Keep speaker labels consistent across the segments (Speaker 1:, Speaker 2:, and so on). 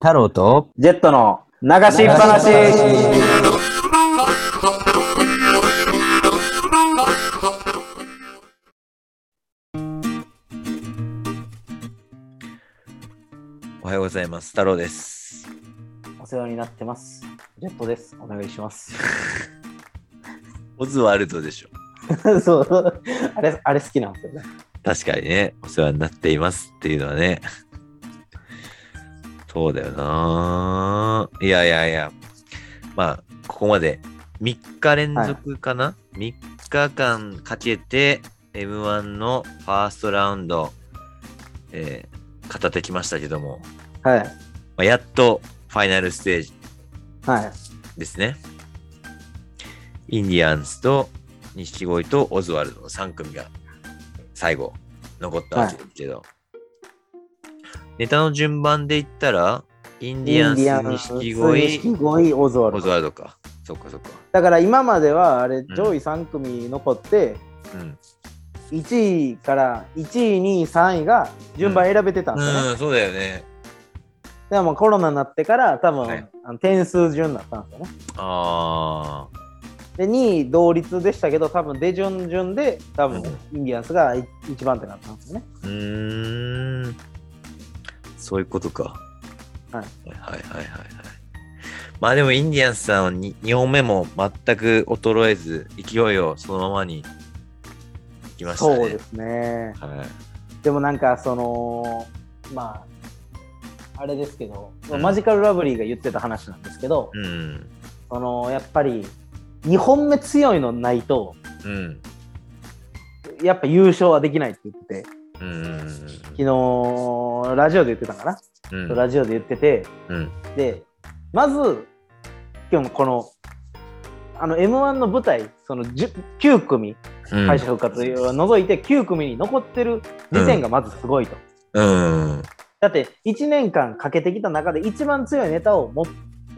Speaker 1: 太郎と、
Speaker 2: ジェットの流しっぱなし。
Speaker 3: おはようございます。太郎です。
Speaker 2: お世話になってます。ジェットです。お願いします。
Speaker 3: オズワルドでしょ。
Speaker 2: そう、あれ、あれ好きなんですよね。
Speaker 3: 確かにね、お世話になっていますっていうのはね。そうだよなぁいやいやいや。まあ、ここまで3日連続かな、?3 日間かけて M1 のファーストラウンド、えー語ってきましたけども、
Speaker 2: はい。
Speaker 3: まあ、やっとファイナルステージ
Speaker 2: はい。
Speaker 3: ですね。インディアンスと錦鯉とオズワルドの3組が最後残ったわけですけど、ネタの順番で言ったら、インディアン
Speaker 2: インディアン
Speaker 3: ス、
Speaker 2: ス
Speaker 3: 錦鯉、
Speaker 2: 錦鯉、オズワ
Speaker 3: オ
Speaker 2: ル
Speaker 3: ズ
Speaker 2: ド。
Speaker 3: ワルドか。そっかそっか。
Speaker 2: だから今までは、あれ、
Speaker 3: ん
Speaker 2: 上位3組残って、
Speaker 3: うん、
Speaker 2: 1位から1位、2位、3位が順番選べてたんですよね。
Speaker 3: うん、そうだよね。
Speaker 2: でもコロナになってから、多分、
Speaker 3: はい
Speaker 2: あの点数順だったんですよね。
Speaker 3: あ
Speaker 2: で、2位同率でしたけど、多分出順順で、多分、インディアンスが1番手だったんですよね。
Speaker 3: ー、うーん。そういうことか。
Speaker 2: はい
Speaker 3: はいはいはいはい。まあでもインディアンスさんは 2, 本目も全く衰えず勢いをそのままにいきましたね。
Speaker 2: そうですね。
Speaker 3: はい。
Speaker 2: でもなんかそのまああれですけど、
Speaker 3: うん
Speaker 2: マジカルラブリーが言ってた話なんですけど、
Speaker 3: うん。
Speaker 2: そのやっぱり2本目強いのないと
Speaker 3: うん。
Speaker 2: やっぱ優勝はできないって言ってて
Speaker 3: うん。
Speaker 2: 昨日ラジオで言ってたかな、
Speaker 3: うん。
Speaker 2: ラジオで言ってて
Speaker 3: うん。
Speaker 2: でまず今日もこの。あの m 1の舞台その10 9組
Speaker 3: うん。
Speaker 2: 敗者復活を除いて9組に残ってる時点がまずすごいと、
Speaker 3: うん。
Speaker 2: だって1年間かけてきた中で一番強いネタをも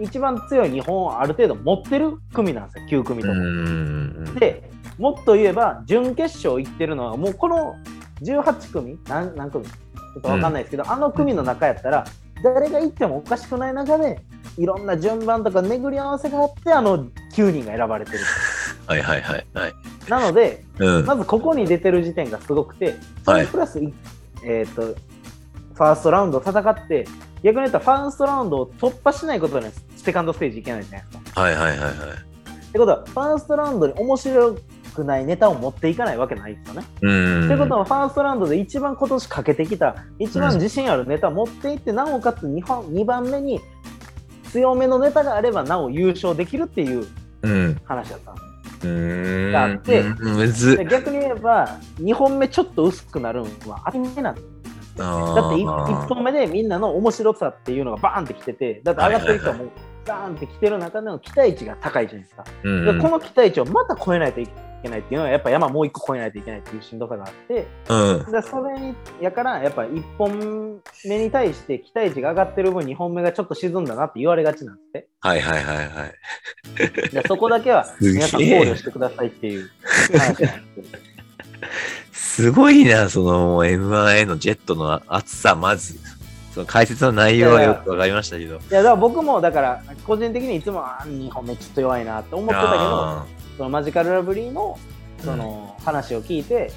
Speaker 2: 一番強い日本をある程度持ってる組なんですよ9組と
Speaker 3: う
Speaker 2: も。
Speaker 3: ん。
Speaker 2: でもっと言えば準決勝行ってるのはもうこの18組何何組ちょっと分かんないですけど、あの組の中やったら誰が行ってもおかしくない中でいろんな順番とか巡り合わせがあってあの9人が選ばれてる。
Speaker 3: はいはいはいはい。
Speaker 2: なので
Speaker 3: うん。
Speaker 2: まずここに出てる時点がすごくて、それにプラス、いえー、とファーストラウンド戦って、逆に言ったらファーストラウンドを突破しないことにはセカンドステージいけないじゃないですか。
Speaker 3: はいはいはいはい。
Speaker 2: ってことは、ファーストラウンドに面白くないネタを持っていかないわけないですよね。
Speaker 3: うん。
Speaker 2: ってことは、ファーストラウンドで一番今年かけてきた、一番自信あるネタを持っていって、なおかつ 2, 本2番目に強めのネタがあれば、なお優勝できるっていう
Speaker 3: うん。
Speaker 2: 話だったんです。
Speaker 3: うん。
Speaker 2: だって
Speaker 3: うんむずっ
Speaker 2: で逆に言えば、2本目ちょっと薄くなるのは当たり前なんですだって 1, 本目でみんなの面白さっていうのがバーンってきててだって上がってる人はもうバーンってきてる中での期待値が高いじゃないですか、
Speaker 3: うん
Speaker 2: でこの期待値をまた超えないといけないっていうのはやっぱ山もう一個超えないといけないっていうしんどさがあって
Speaker 3: うん。
Speaker 2: でそれにやからやっぱ1本目に対して期待値が上がってる分2本目がちょっと沈んだなって言われがちなんで
Speaker 3: はいはいはいはい。
Speaker 2: すってでそこだけ は
Speaker 3: げえ
Speaker 2: 皆さん考慮してくださいって いう話なんですけど
Speaker 3: すごいな、その M1 へのジェットの熱さ、まず。その解説の内容はよくわかりましたけど。
Speaker 2: いやだから僕もだから個人的にいつも2本目ちょっと弱いなって思ってたけど
Speaker 3: あ
Speaker 2: そのマジカルラブリーの
Speaker 3: ー。
Speaker 2: そ、の話を聞いて、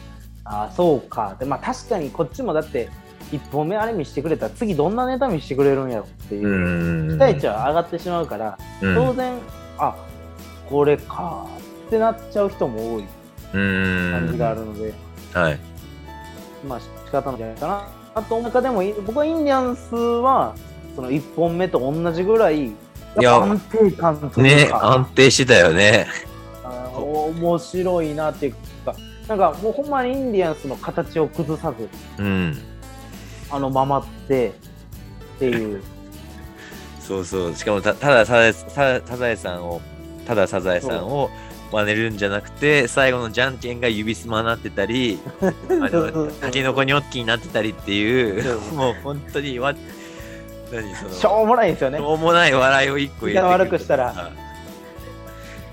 Speaker 2: ああそうかで、まあ、確かにこっちもだって1本目あれ見してくれたら次どんなネタ見してくれるんやろっていううん期待値は上がってしまうから
Speaker 3: うん
Speaker 2: 当然、あこれかってなっちゃう人も多い
Speaker 3: うん
Speaker 2: 感じがあるので、
Speaker 3: はい。
Speaker 2: まあ仕方ないんじゃないかなあと中でもい僕はインディアンスはその1本目と同じぐらい
Speaker 3: いや
Speaker 2: 安定感という
Speaker 3: ね、
Speaker 2: か。
Speaker 3: 安定してたよね。
Speaker 2: あー面白いなっていうか、なんかもうほんまにインディアンスの形を崩さず、
Speaker 3: うん。
Speaker 2: あのままって、っていう。
Speaker 3: そうそう。しかもた、ただサザエササザエさんを、ただサザエさんを真似るんじゃなくて、最後のじゃんけんが指すまになって たり、
Speaker 2: そ
Speaker 3: あ
Speaker 2: うそう
Speaker 3: の、
Speaker 2: そう
Speaker 3: タケノコニョッキになってたりっていう、
Speaker 2: そう
Speaker 3: もう本当に、わ、何その、
Speaker 2: しょうもないんですよね
Speaker 3: し。ょうもない笑いを一個入
Speaker 2: 気
Speaker 3: れてくる
Speaker 2: が悪くしたら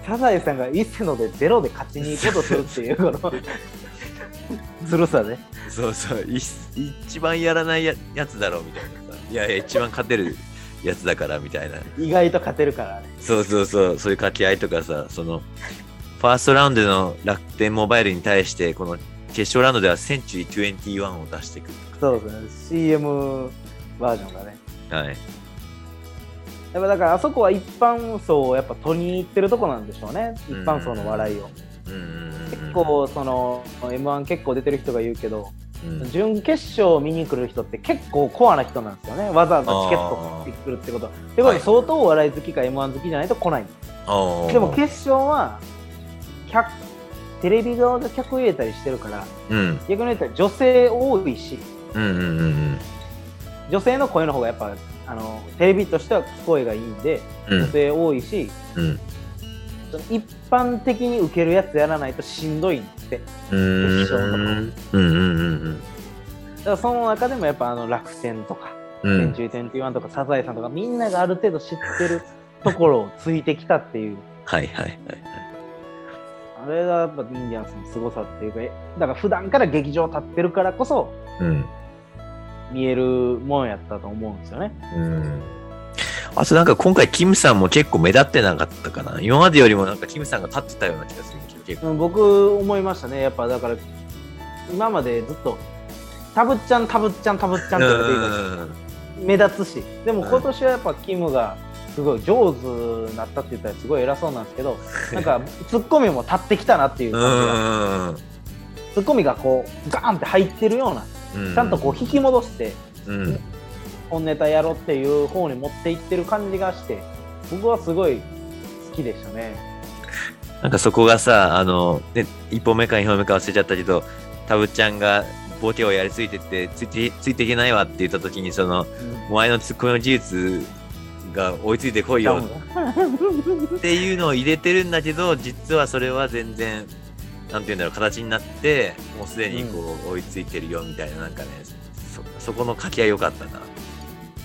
Speaker 2: サザエさんが伊勢のでゼロで勝ちに行こうとするっていう、この、 ずるさね。
Speaker 3: そうそうい一番やらないややつだろうみたいなさいやいや一番勝てるやつだからみたいな。
Speaker 2: 意外と勝てるからね。
Speaker 3: そうそうそう、そういう掛け合いとかさ、その、ファーストラウンドの楽天モバイルに対して、この決勝ラウンドではセンチュリー21を出してくるとか。
Speaker 2: そうですね。CM バージョンがね。
Speaker 3: はい。
Speaker 2: やっぱだからあそこは一般層をやっぱ取りに行ってるとこなんでしょうね。一般層の笑いを。
Speaker 3: うんうんうんうん。
Speaker 2: 結構その M1 結構出てる人が言うけど、
Speaker 3: うん、
Speaker 2: 準決勝を見に来る人って結構コアな人なんですよね。わざわざチケットを買ってくるってこと。ってこと
Speaker 3: は
Speaker 2: はい相当お笑い好きか M1 好きじゃないと来ないんです
Speaker 3: ああ
Speaker 2: でも決勝は客テレビ側が客入れたりしてるから
Speaker 3: うん
Speaker 2: 逆に言ったら女性多いし
Speaker 3: うんうんうんうん
Speaker 2: 女性の声の方がやっぱあのテレビとしては聞こえがいいんで
Speaker 3: う
Speaker 2: 女
Speaker 3: ん
Speaker 2: 性多いし
Speaker 3: うん
Speaker 2: 一般的に受けるやつやらないとしんどいんですってだ
Speaker 3: うーんうんうんうん
Speaker 2: からその中でもやっぱあの楽天とか「
Speaker 3: うんう
Speaker 2: 天
Speaker 3: ん
Speaker 2: 中21」とか「サザエさん」とかみんながある程度知ってるところをついてきたっていう
Speaker 3: はいはいはい
Speaker 2: あれがやっぱインディアンスの凄さっていうかえだから普段から劇場立ってるからこそ
Speaker 3: うん
Speaker 2: 見えるもんやったと思うんですよね。
Speaker 3: うんあとなんか今回キムさんも結構目立ってなかったかな今までよりもなんかキムさんが立ってたような気がするけど結構
Speaker 2: うん僕思いましたねやっぱだから今までずっと「たぶっちゃんたぶっちゃんたぶっちゃん」って言っていい
Speaker 3: うん
Speaker 2: 目立つしでも今年はやっぱキムがすごい上手になったって言ったらすごい偉そうなんです けどなんかツッコミも立ってきたなっていう
Speaker 3: う
Speaker 2: 感じが
Speaker 3: ん
Speaker 2: ツッコミがこうガーンって入ってるような
Speaker 3: うん
Speaker 2: ちゃんとこう引き戻して
Speaker 3: うん
Speaker 2: 本ネタやろうっていう方に持っていってる感じがして僕はすごい好きでしたね。
Speaker 3: なんかそこがさ、あの、ね、一本目か二本目か忘れちゃったけど、タブちゃんがボケをやりすぎてって、ついて、ついていけないわって言った時に、その、お前のツッコミの技術が追いついてこい
Speaker 2: ダウ
Speaker 3: よ
Speaker 2: ンが
Speaker 3: っていうのを入れてるんだけど、実はそれは全然、なんて言うんだろう、形になって、もうすでにこう、追いついてるよみたいな、なんかね、そ、そこの掛け合い良かったな。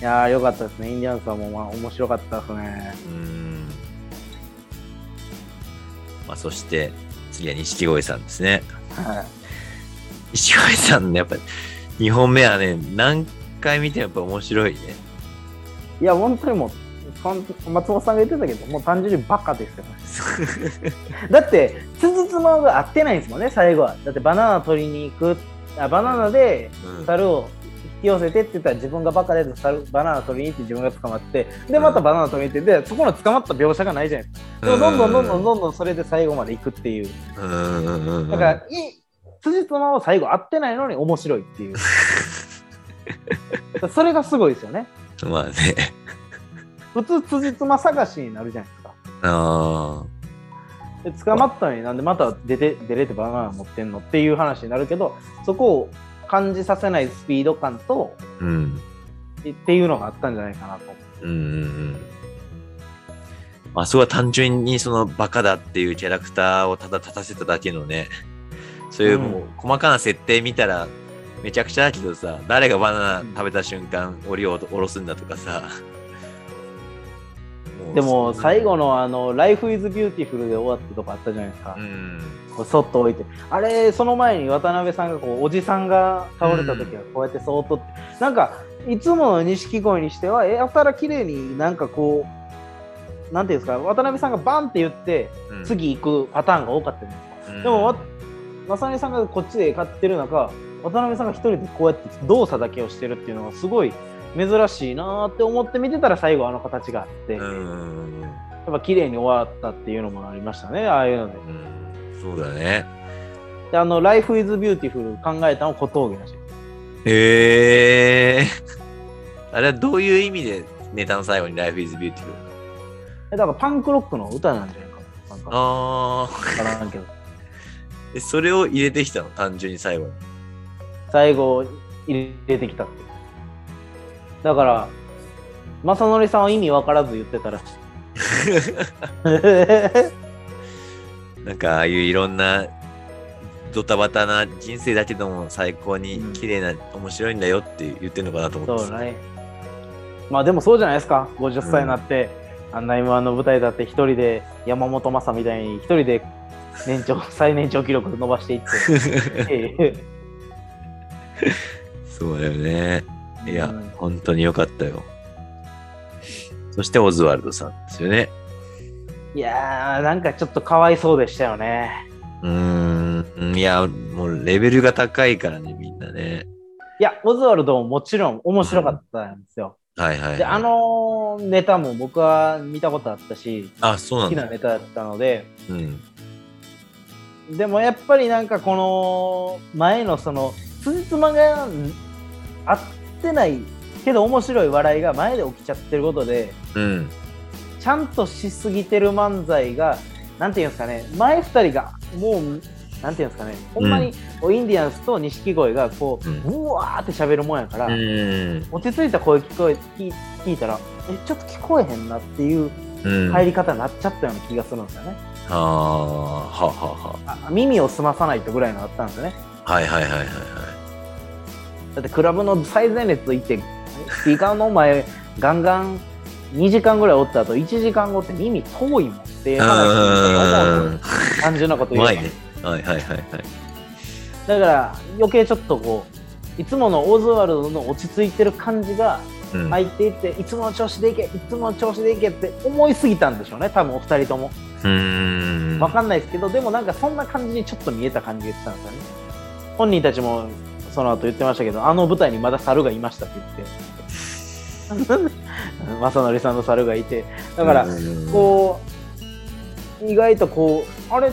Speaker 2: いやー、よかったですね。インディアンスはもう、まあ、面白かったですね。
Speaker 3: うーん。まあ、そして、次は錦鯉さんですね。
Speaker 2: はい。
Speaker 3: 石川さんのやっぱ2本目はね何回見てもやっぱ面白いね
Speaker 2: いや、本当にもう、かん松本さんが言ってたけど、もう単純にバカですよね。だって、つつつまが合ってないんですもんね、最後は。だって、バナナ取りに行く、あバナナで
Speaker 3: うん
Speaker 2: 猿を引き寄せてって言ったら、自分がバカで猿、バナナ取りに行って自分が捕まって、で、またバナナ取りに行って、で、そこの捕まった描写がないじゃないですか。でも、どんどんどんどんどんどんそれで最後まで行くっていう。
Speaker 3: うんうんうんうん
Speaker 2: だから、いい、辻褄は最後合ってないのに面白いって いう。それがすごいですよね。
Speaker 3: まあね
Speaker 2: 普通、辻褄探しになるじゃないですか。
Speaker 3: あ
Speaker 2: で捕まったのになんでまた出て出れてバナナ持ってんのっていう話になるけど、そこを感じさせないスピード感と
Speaker 3: ーうん
Speaker 2: えっていうのがあったんじゃないかなと。
Speaker 3: うんうんうんまあそこは単純にそのバカだっていうキャラクターをただ立たせただけのねそういうもう
Speaker 2: うん
Speaker 3: 細かな設定見たらめちゃくちゃだけどさ誰がバナナ食べた瞬間檻を下ろすんだとかさう
Speaker 2: でも
Speaker 3: そんな
Speaker 2: 最後のあの「Life is Beautiful」で終わったとこあったじゃないですか
Speaker 3: う、ん
Speaker 2: こうそっと置いてあれその前に渡辺さんがこうおじさんが倒れた時はこうやってそーっとって、なんかいつもの錦鯉にしてはえやたら綺麗になんかこうなんていうんですか渡辺さんがバンって言って
Speaker 3: うん
Speaker 2: 次行くパターンが多かったじゃないですかでもわ正成さんがこっちで勝ってる中渡辺さんが一人でこうやって動作だけをしてるっていうのがすごい珍しいなーって思って見てたら最後あの形があって、
Speaker 3: う
Speaker 2: やっ
Speaker 3: ん、うん
Speaker 2: ぱ綺麗に終わったっていうのもありましたねああいうので
Speaker 3: そうだね。
Speaker 2: であの「Life is Beautiful」考えたの小峠らしい
Speaker 3: へえー。あれはどういう意味でネタの最後に Life is Beautiful?
Speaker 2: えだからパンクロックの歌なんじゃないかななんか
Speaker 3: ああ。
Speaker 2: 分からんけど
Speaker 3: えそれを入れてきたの単純に最後に。
Speaker 2: 最後入れてきたってだから正則さんは意味分からず言ってた らしい
Speaker 3: なんかああいういろんなドタバタな人生だけども最高に綺麗な、面白いんだよって言ってるのかなと思って
Speaker 2: そう
Speaker 3: た。
Speaker 2: ねまあでもそうじゃないですか50歳になって、あんな m 1の舞台だって一人で山本昌みたいに一人で年長最年長記録伸ばしていって
Speaker 3: そうだよね。いや、
Speaker 2: うん
Speaker 3: 本当に良かったよ。そしてオズワルドさんですよね。
Speaker 2: いやー、なんかちょっとかわいそうでしたよね。
Speaker 3: うーん、いや、もうレベルが高いからね、みんなね。
Speaker 2: いや、オズワルドももちろん面白かったんですよ。
Speaker 3: はいはい、はい。
Speaker 2: で、あ、のネタも僕は見たことあったし、
Speaker 3: あ、そうな
Speaker 2: 好
Speaker 3: ん
Speaker 2: きな
Speaker 3: だ。
Speaker 2: ネタだったので、
Speaker 3: うん。
Speaker 2: でもやっぱりなんかこの前のその、辻褄がん合ってないけど面白い笑いが前で起きちゃってることで、
Speaker 3: うん。
Speaker 2: ちゃんとしすぎてる漫才が、なんていうんですかね、前二人がもう、なんていうんですかね、ほんまに、インディアンスと錦鯉がこう、
Speaker 3: う
Speaker 2: うんわーって喋るもんやから、
Speaker 3: うん。
Speaker 2: 落ち着いた声聞こえ聞聞いたら、え、ちょっと聞こえへんなっていう
Speaker 3: うん。
Speaker 2: 入り方になっちゃったような気がするんですよね。
Speaker 3: あーはあ、はあは
Speaker 2: あ耳を澄まさないとぐらいのあったんですよね。
Speaker 3: あ。はいはいはいはいはい。
Speaker 2: だってクラブの最前列行って、スピーカーの前、ガンガン2時間ぐらいおった後、1時間後って耳遠いもんっていう話
Speaker 3: うーん。
Speaker 2: 単純なこと言え
Speaker 3: 怖
Speaker 2: ば
Speaker 3: いね。はいはいはいはい。
Speaker 2: だから余計ちょっとこういつものオズワルドの落ち着いてる感じが
Speaker 3: うん。
Speaker 2: 入っていっていつもの調子でいけいつもの調子でいけって思いすぎたんでしょうね多分お二人とも
Speaker 3: うーん。
Speaker 2: 分かんないですけどでもなんかそんな感じにちょっと見えた感じがしたんですよね本人たちもその後言ってましたけどあの舞台にまだ猿がいましたって 言って正則さんの猿がいてだから、
Speaker 3: うん
Speaker 2: こう意外とこうあれ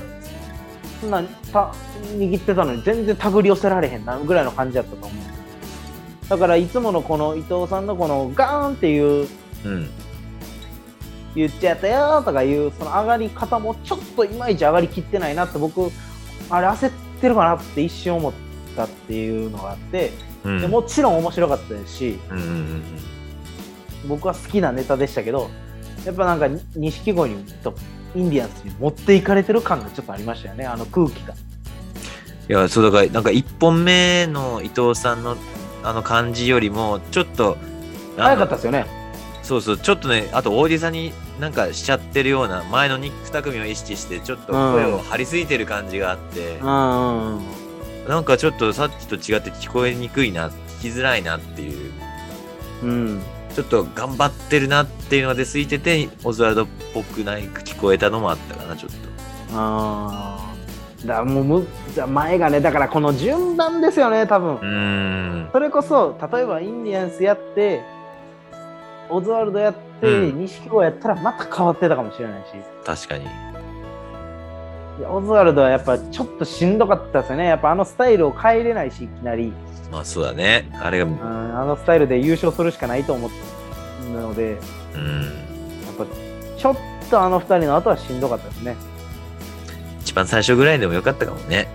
Speaker 2: そんなた握ってたのに全然手繰り寄せられへんなぐらいの感じだったと思うだからいつものこの伊藤さんのこのガーンっていう
Speaker 3: うん。
Speaker 2: 言っちゃったよーとかいうその上がり方もちょっといまいち上がりきってないなって僕あれ焦ってるかなって一瞬思ったっていうのがあって
Speaker 3: うん。
Speaker 2: でもちろん面白かったですし
Speaker 3: うんうんうん
Speaker 2: 僕は好きなネタでしたけどやっぱなんかに錦鯉にとインディアンスに持っていかれてる感がちょっとありましたよねあの空気が
Speaker 3: いや、そうだから、なんか一本目の伊藤さんのあの感じよりも、ちょっと、あの
Speaker 2: 早かったですよね
Speaker 3: そうそう、ちょっとね、あと大げさになんかしちゃってるような、前の2組を意識して、ちょっと声を張りすぎてる感じがあって、
Speaker 2: うん
Speaker 3: なんかちょっとさっきと違って聞こえにくいな、聞きづらいなっていう、
Speaker 2: うん
Speaker 3: ちょっと頑張ってるなっていうのが出過ぎてて、オズワルドっぽくない聞こえたのもあったかな、ちょっと。
Speaker 2: あーだからもうむだから前がねだからこの順番ですよね多分、
Speaker 3: うーん。
Speaker 2: それこそ例えばインディアンスやってオズワルドやって
Speaker 3: うん
Speaker 2: 錦鯉、やったらまた変わってたかもしれないし
Speaker 3: 確かに。
Speaker 2: いやオズワルドはやっぱちょっとしんどかったですよねやっぱあのスタイルを変えれないしいきなり
Speaker 3: まあそうだね。あれが、
Speaker 2: うんあのスタイルで優勝するしかないと思うので、やっ
Speaker 3: うん。
Speaker 2: ぱちょっとあの2人の後はしんどかったですね。
Speaker 3: 一番最初ぐらいでもよかったかもね。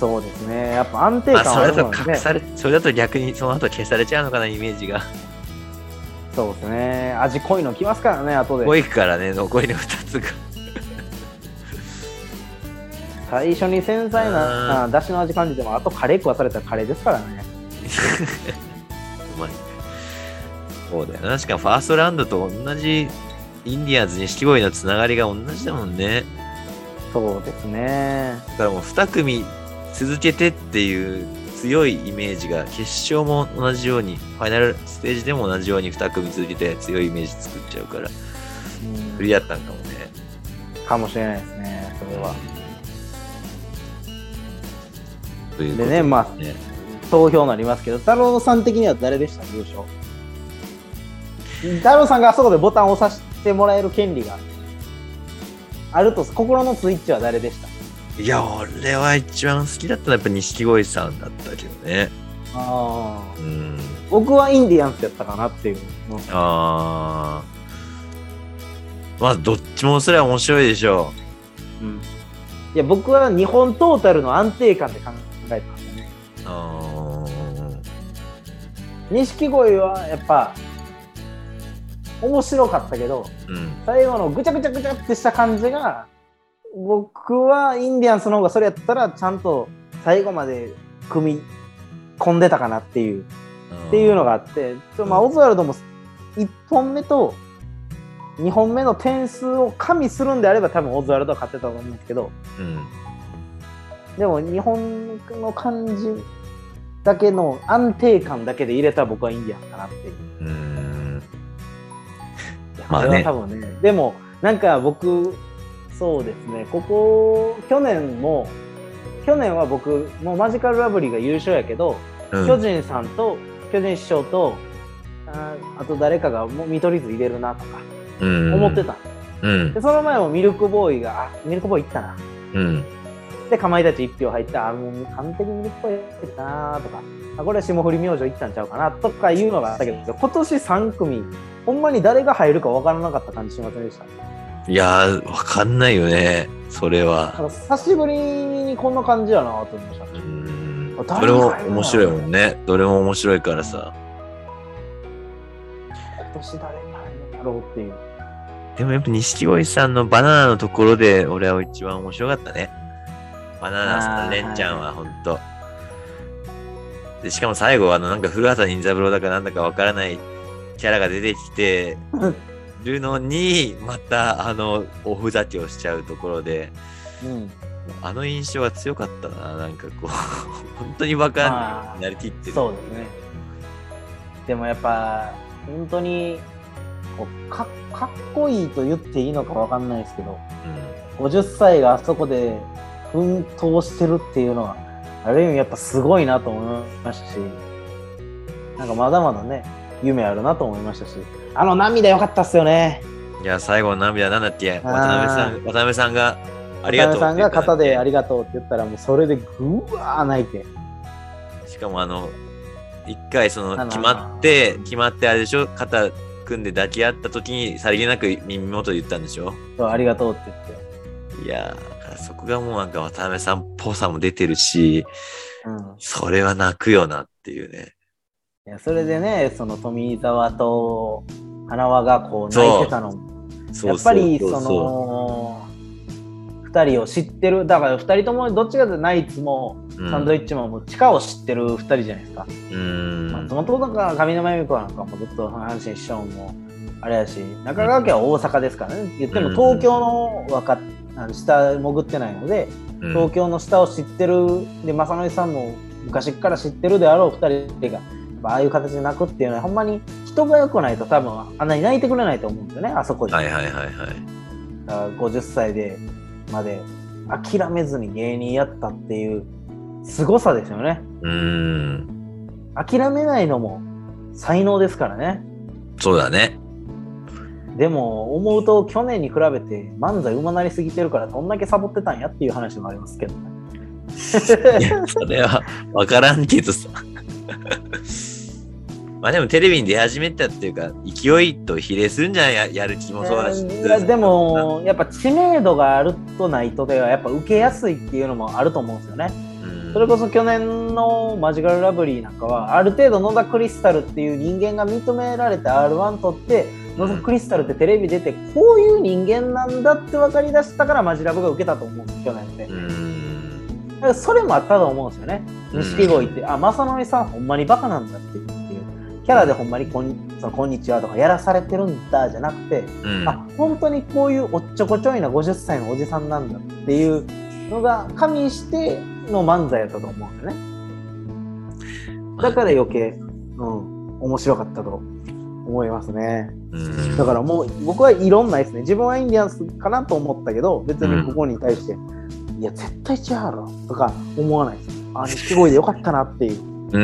Speaker 2: そうですね。やっぱ安定
Speaker 3: まあ
Speaker 2: 感
Speaker 3: そ
Speaker 2: はあ
Speaker 3: れ
Speaker 2: る
Speaker 3: だ
Speaker 2: もん
Speaker 3: と
Speaker 2: ね
Speaker 3: 隠。され、それだと逆にその後消されちゃうのかな、イメージ が。
Speaker 2: そうですね。味濃いのきますからね、後で。
Speaker 3: 多いからね、残りの2つが。
Speaker 2: 最初に繊細な
Speaker 3: う
Speaker 2: だしの味感じても、あとカレー食わされたらカレーですからね。
Speaker 3: うまい。そうだよな。しかもファーストラウンドと同じ、インディアンズに錦鯉のつながりが同じだもんね。
Speaker 2: そうですね。
Speaker 3: だからもう2組続けてっていう強いイメージが、決勝も同じように、ファイナルステージでも同じように2組続けて強いイメージ作っちゃうから、
Speaker 2: うん
Speaker 3: 振り合ったんかもね。
Speaker 2: かもしれないですね、それは。
Speaker 3: ということ
Speaker 2: でねまあ
Speaker 3: ね
Speaker 2: 投票になりますけど、太郎さん的には誰でした優勝太郎さんがあそこでボタンを押させてもらえる権利があると、心のスイッチは誰でした
Speaker 3: いや、俺は一番好きだったのはやっぱ錦鯉さんだったけどね。
Speaker 2: あ
Speaker 3: うん。
Speaker 2: 僕はインディアンスやったかなっていうの。
Speaker 3: あー。まあ、どっちもそれは面白いでしょ
Speaker 2: うんいや、僕は日本トータルの安定感で考えてましたね。
Speaker 3: う。あー
Speaker 2: 錦鯉はやっぱ、面白かったけど、
Speaker 3: うん。
Speaker 2: 最後のぐちゃぐちゃぐちゃってした感じが僕はインディアンスの方がそれやったらちゃんと最後まで組み込んでたかなっていうっていうのがあってちょまあ
Speaker 3: うん
Speaker 2: オズワルドも1本目と2本目の点数を加味するんであれば多分オズワルドは勝ってたと思うんですけど
Speaker 3: うん。
Speaker 2: でも日本の感じだけの安定感だけで入れたら僕はインディアンスかなっていう。
Speaker 3: うーん。まあ
Speaker 2: それ
Speaker 3: ね
Speaker 2: は。多分ね。でも、なんか僕、そうですね、ここ、去年も、去年は僕、もうマジカルラブリーが優勝やけど、
Speaker 3: うん
Speaker 2: 巨人さんと、巨人師匠と、あーあと誰かがもう見取り図入れるなとか
Speaker 3: うん
Speaker 2: 思ってた、
Speaker 3: うん
Speaker 2: で。その前もミルクボーイがあミルクボーイ行ったな
Speaker 3: うん。
Speaker 2: でかまいたち1票入ったあもう完璧にミルクボーイ行ったなとかあこれは霜降り明星行ったんちゃうかなとかいうのがあったけど今年3組ほんまに誰が入るか分からなかった感じしませんでした
Speaker 3: いやー、わかんないよね。それ
Speaker 2: なん
Speaker 3: は。
Speaker 2: か久しぶりにこんな感じやなと思いました。
Speaker 3: うん。
Speaker 2: あ
Speaker 3: どれも面白いもんね。どれも面白いからさ。
Speaker 2: 今年誰が入るんだろうっていう。
Speaker 3: でもやっぱ錦鯉さんのバナナのところで俺は一番面白かったね。バナナさ
Speaker 2: あ
Speaker 3: ん、
Speaker 2: ー
Speaker 3: レンちゃんはほんと。で、しかも最後、あの、なんか古畑任三郎だかなんだかわからないキャラが出てきてるのに、またあの、おふざけをしちゃうところで、
Speaker 2: うん。
Speaker 3: あの印象は強かったな。なんかこう、 本当にわかんないようになりきってる。
Speaker 2: そうですね。でもやっぱ、本当にこうか、かっこいいと言っていいのかわかんないですけど、50歳があそこで奮闘してるっていうのは、ある意味やっぱすごいなと思いましたし、なんかまだまだね、夢あるなと思いましたし、あの涙良かったっすよね。
Speaker 3: うん。いや、最後の涙なんだっけ渡辺さん、渡辺さんが、ありがとう
Speaker 2: 渡辺
Speaker 3: って
Speaker 2: さんが
Speaker 3: 言ったんだっ
Speaker 2: 肩
Speaker 3: け
Speaker 2: でありがとうって言ったら、もうそれでぐわー泣いて。
Speaker 3: しかもあの、一回そ
Speaker 2: あの
Speaker 3: の
Speaker 2: ー
Speaker 3: 決まって、決まってあれでしょ肩組んで抱き合った時にさりげなく耳元で言ったんでしょ
Speaker 2: そうありがとうって言って。
Speaker 3: いやー、だからそこがもうなんか渡辺さんっぽさも出てるし、
Speaker 2: うん、
Speaker 3: それは泣くよなっていうね。
Speaker 2: いやそれでね、その富澤と花輪がこう
Speaker 3: そう
Speaker 2: 泣いてたのも、
Speaker 3: そ
Speaker 2: や
Speaker 3: う
Speaker 2: っぱ
Speaker 3: そう
Speaker 2: り
Speaker 3: そう
Speaker 2: そ
Speaker 3: そ
Speaker 2: の、二人を知ってる、だから二人ともどっちかというとナイツも
Speaker 3: う、うん
Speaker 2: サンドイッチマンも地下を知ってる二人じゃないですか。
Speaker 3: う
Speaker 2: まあ
Speaker 3: ん
Speaker 2: 松本とか上沼恵美子なんかもずっと阪神師匠もあれやし、中川家は大阪ですからね、言っても東京の若あの下潜ってないので、
Speaker 3: うん
Speaker 2: 東京の下を知ってるで正則さんも昔から知ってるであろう2人が、まあああいう形で泣くっていうのはほんまに人が良くないと多分あんなに泣いてくれないと思うんですよねあそこに、
Speaker 3: はいはいはいはい。
Speaker 2: だから50歳でまで諦めずに芸人やったっていう凄さですよね
Speaker 3: うん。
Speaker 2: 諦めないのも才能ですからね
Speaker 3: そうだね。
Speaker 2: でも思うと去年に比べて漫才うまなりすぎてるからどんだけサボってたんやっていう話もありますけどね
Speaker 3: いやそれは 分からんけどさ。 まあでもテレビに出始めたっていうか、勢いと比例するんじゃないややる気もそうだし。
Speaker 2: いやでもやっぱ知名度があるとないとではやっぱ受けやすいっていうのもあると思うんですよね。
Speaker 3: うん、
Speaker 2: それこそ去年のマジカルラブリーなんかはある程度野田クリスタルっていう人間が認められて R1 取って野田クリスタルってテレビ出てこういう人間なんだって分かりだしたからマジラブが受けたと思うんです去年って
Speaker 3: う。ん。
Speaker 2: だからそれもあったと思うんですよね。
Speaker 3: うん
Speaker 2: 錦鯉って、あ、正則さんほんまにバカなんだっていう。キャラでほんまにこんそのこんにちはとかやらされてるんだじゃなくて、
Speaker 3: うん。
Speaker 2: あ本当にこういうおっちょこちょいな50歳のおじさんなんだっていうのが加味しての漫才やったと思うんだよねだから余計、うん、面白かったと思いますね
Speaker 3: うん、
Speaker 2: だからもう僕はいろんなですね自分はインディアンスかなと思ったけど別にここに対して、いや絶対違うやろとか思わないですあ錦鯉でよかったなっていう
Speaker 3: う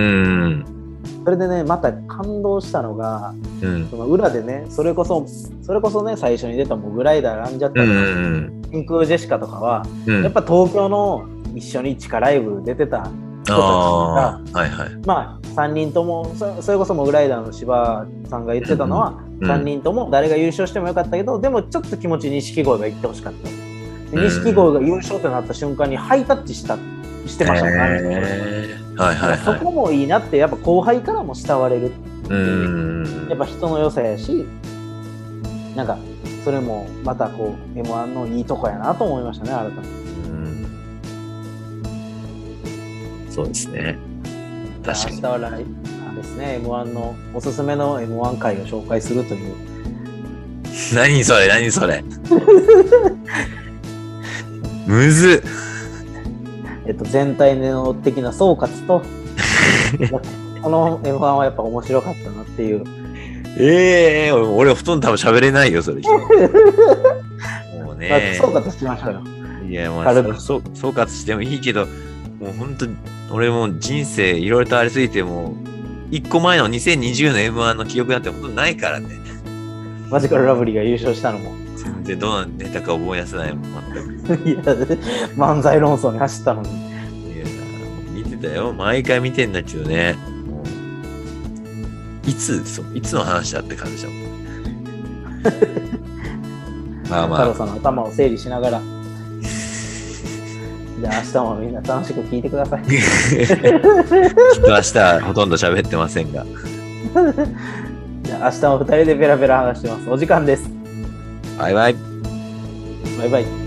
Speaker 3: ん。
Speaker 2: それでねまた感動したのが
Speaker 3: うん。
Speaker 2: その裏でねそれこそそれこそね最初に出たモグライダーランジャ
Speaker 3: う
Speaker 2: タイの
Speaker 3: ん。
Speaker 2: 真空ジェシカとかは、
Speaker 3: うん。
Speaker 2: やっぱ東京の一緒に地下ライブ出てた、
Speaker 3: ああ。はいはい。
Speaker 2: まあ、3人ともそそれこそモグライダーの芝さんが言ってたのは、
Speaker 3: うん
Speaker 2: 3人とも誰が優勝してもよかったけどでもちょっと気持ち錦鯉が行ってほしかったで
Speaker 3: うん
Speaker 2: 錦鯉が優勝ってなった瞬間にハイタッチしたしてましたね、
Speaker 3: へーはいはいは
Speaker 2: そこもいいなってやっぱ後輩からも慕われる
Speaker 3: い。うん。
Speaker 2: やっぱ人の良さやしなんかそれもまたこう m 1のいいとこやなと思いましたね改めて。
Speaker 3: うんそうですね。
Speaker 2: じゃ
Speaker 3: 確
Speaker 2: あ
Speaker 3: か
Speaker 2: 明日。は来あ
Speaker 3: に
Speaker 2: ですね、M1 のおすすめの M1 回を紹介するという。
Speaker 3: 何それ何それむずっ
Speaker 2: えっと、全体の的な 総括と、この M1 はやっぱ面白かったなっていう
Speaker 3: ええ俺俺ほとんど多分喋れないよ、それ。もう
Speaker 2: まあ
Speaker 3: ね。
Speaker 2: 総括しましょうよ。
Speaker 3: いや、まあ、
Speaker 2: 軽く
Speaker 3: そ 総括してもいいけど、もう本当に、俺もう人生いろいろとありすぎて、もう、一個前の2020の M1 の記憶なんてほとんどないからね。
Speaker 2: マジカルラブリーが優勝したのも。
Speaker 3: 全然どのネタか思い出せないもん、全く。
Speaker 2: いや、漫才論争に走ったのに。
Speaker 3: いや見てたよ。毎回見てんだけどね。もういつ、そういつの話だって感じだも ん。まあま
Speaker 2: 太郎
Speaker 3: あ、
Speaker 2: さんの頭を整理しな がら。じゃあ明日もみんな楽しく聞いてください。
Speaker 3: きっと明日はほとんど喋ってませんが。
Speaker 2: じゃあ明日も二人でベラベラ話してます。お時間です。
Speaker 3: バイバイ。
Speaker 2: バイバイ。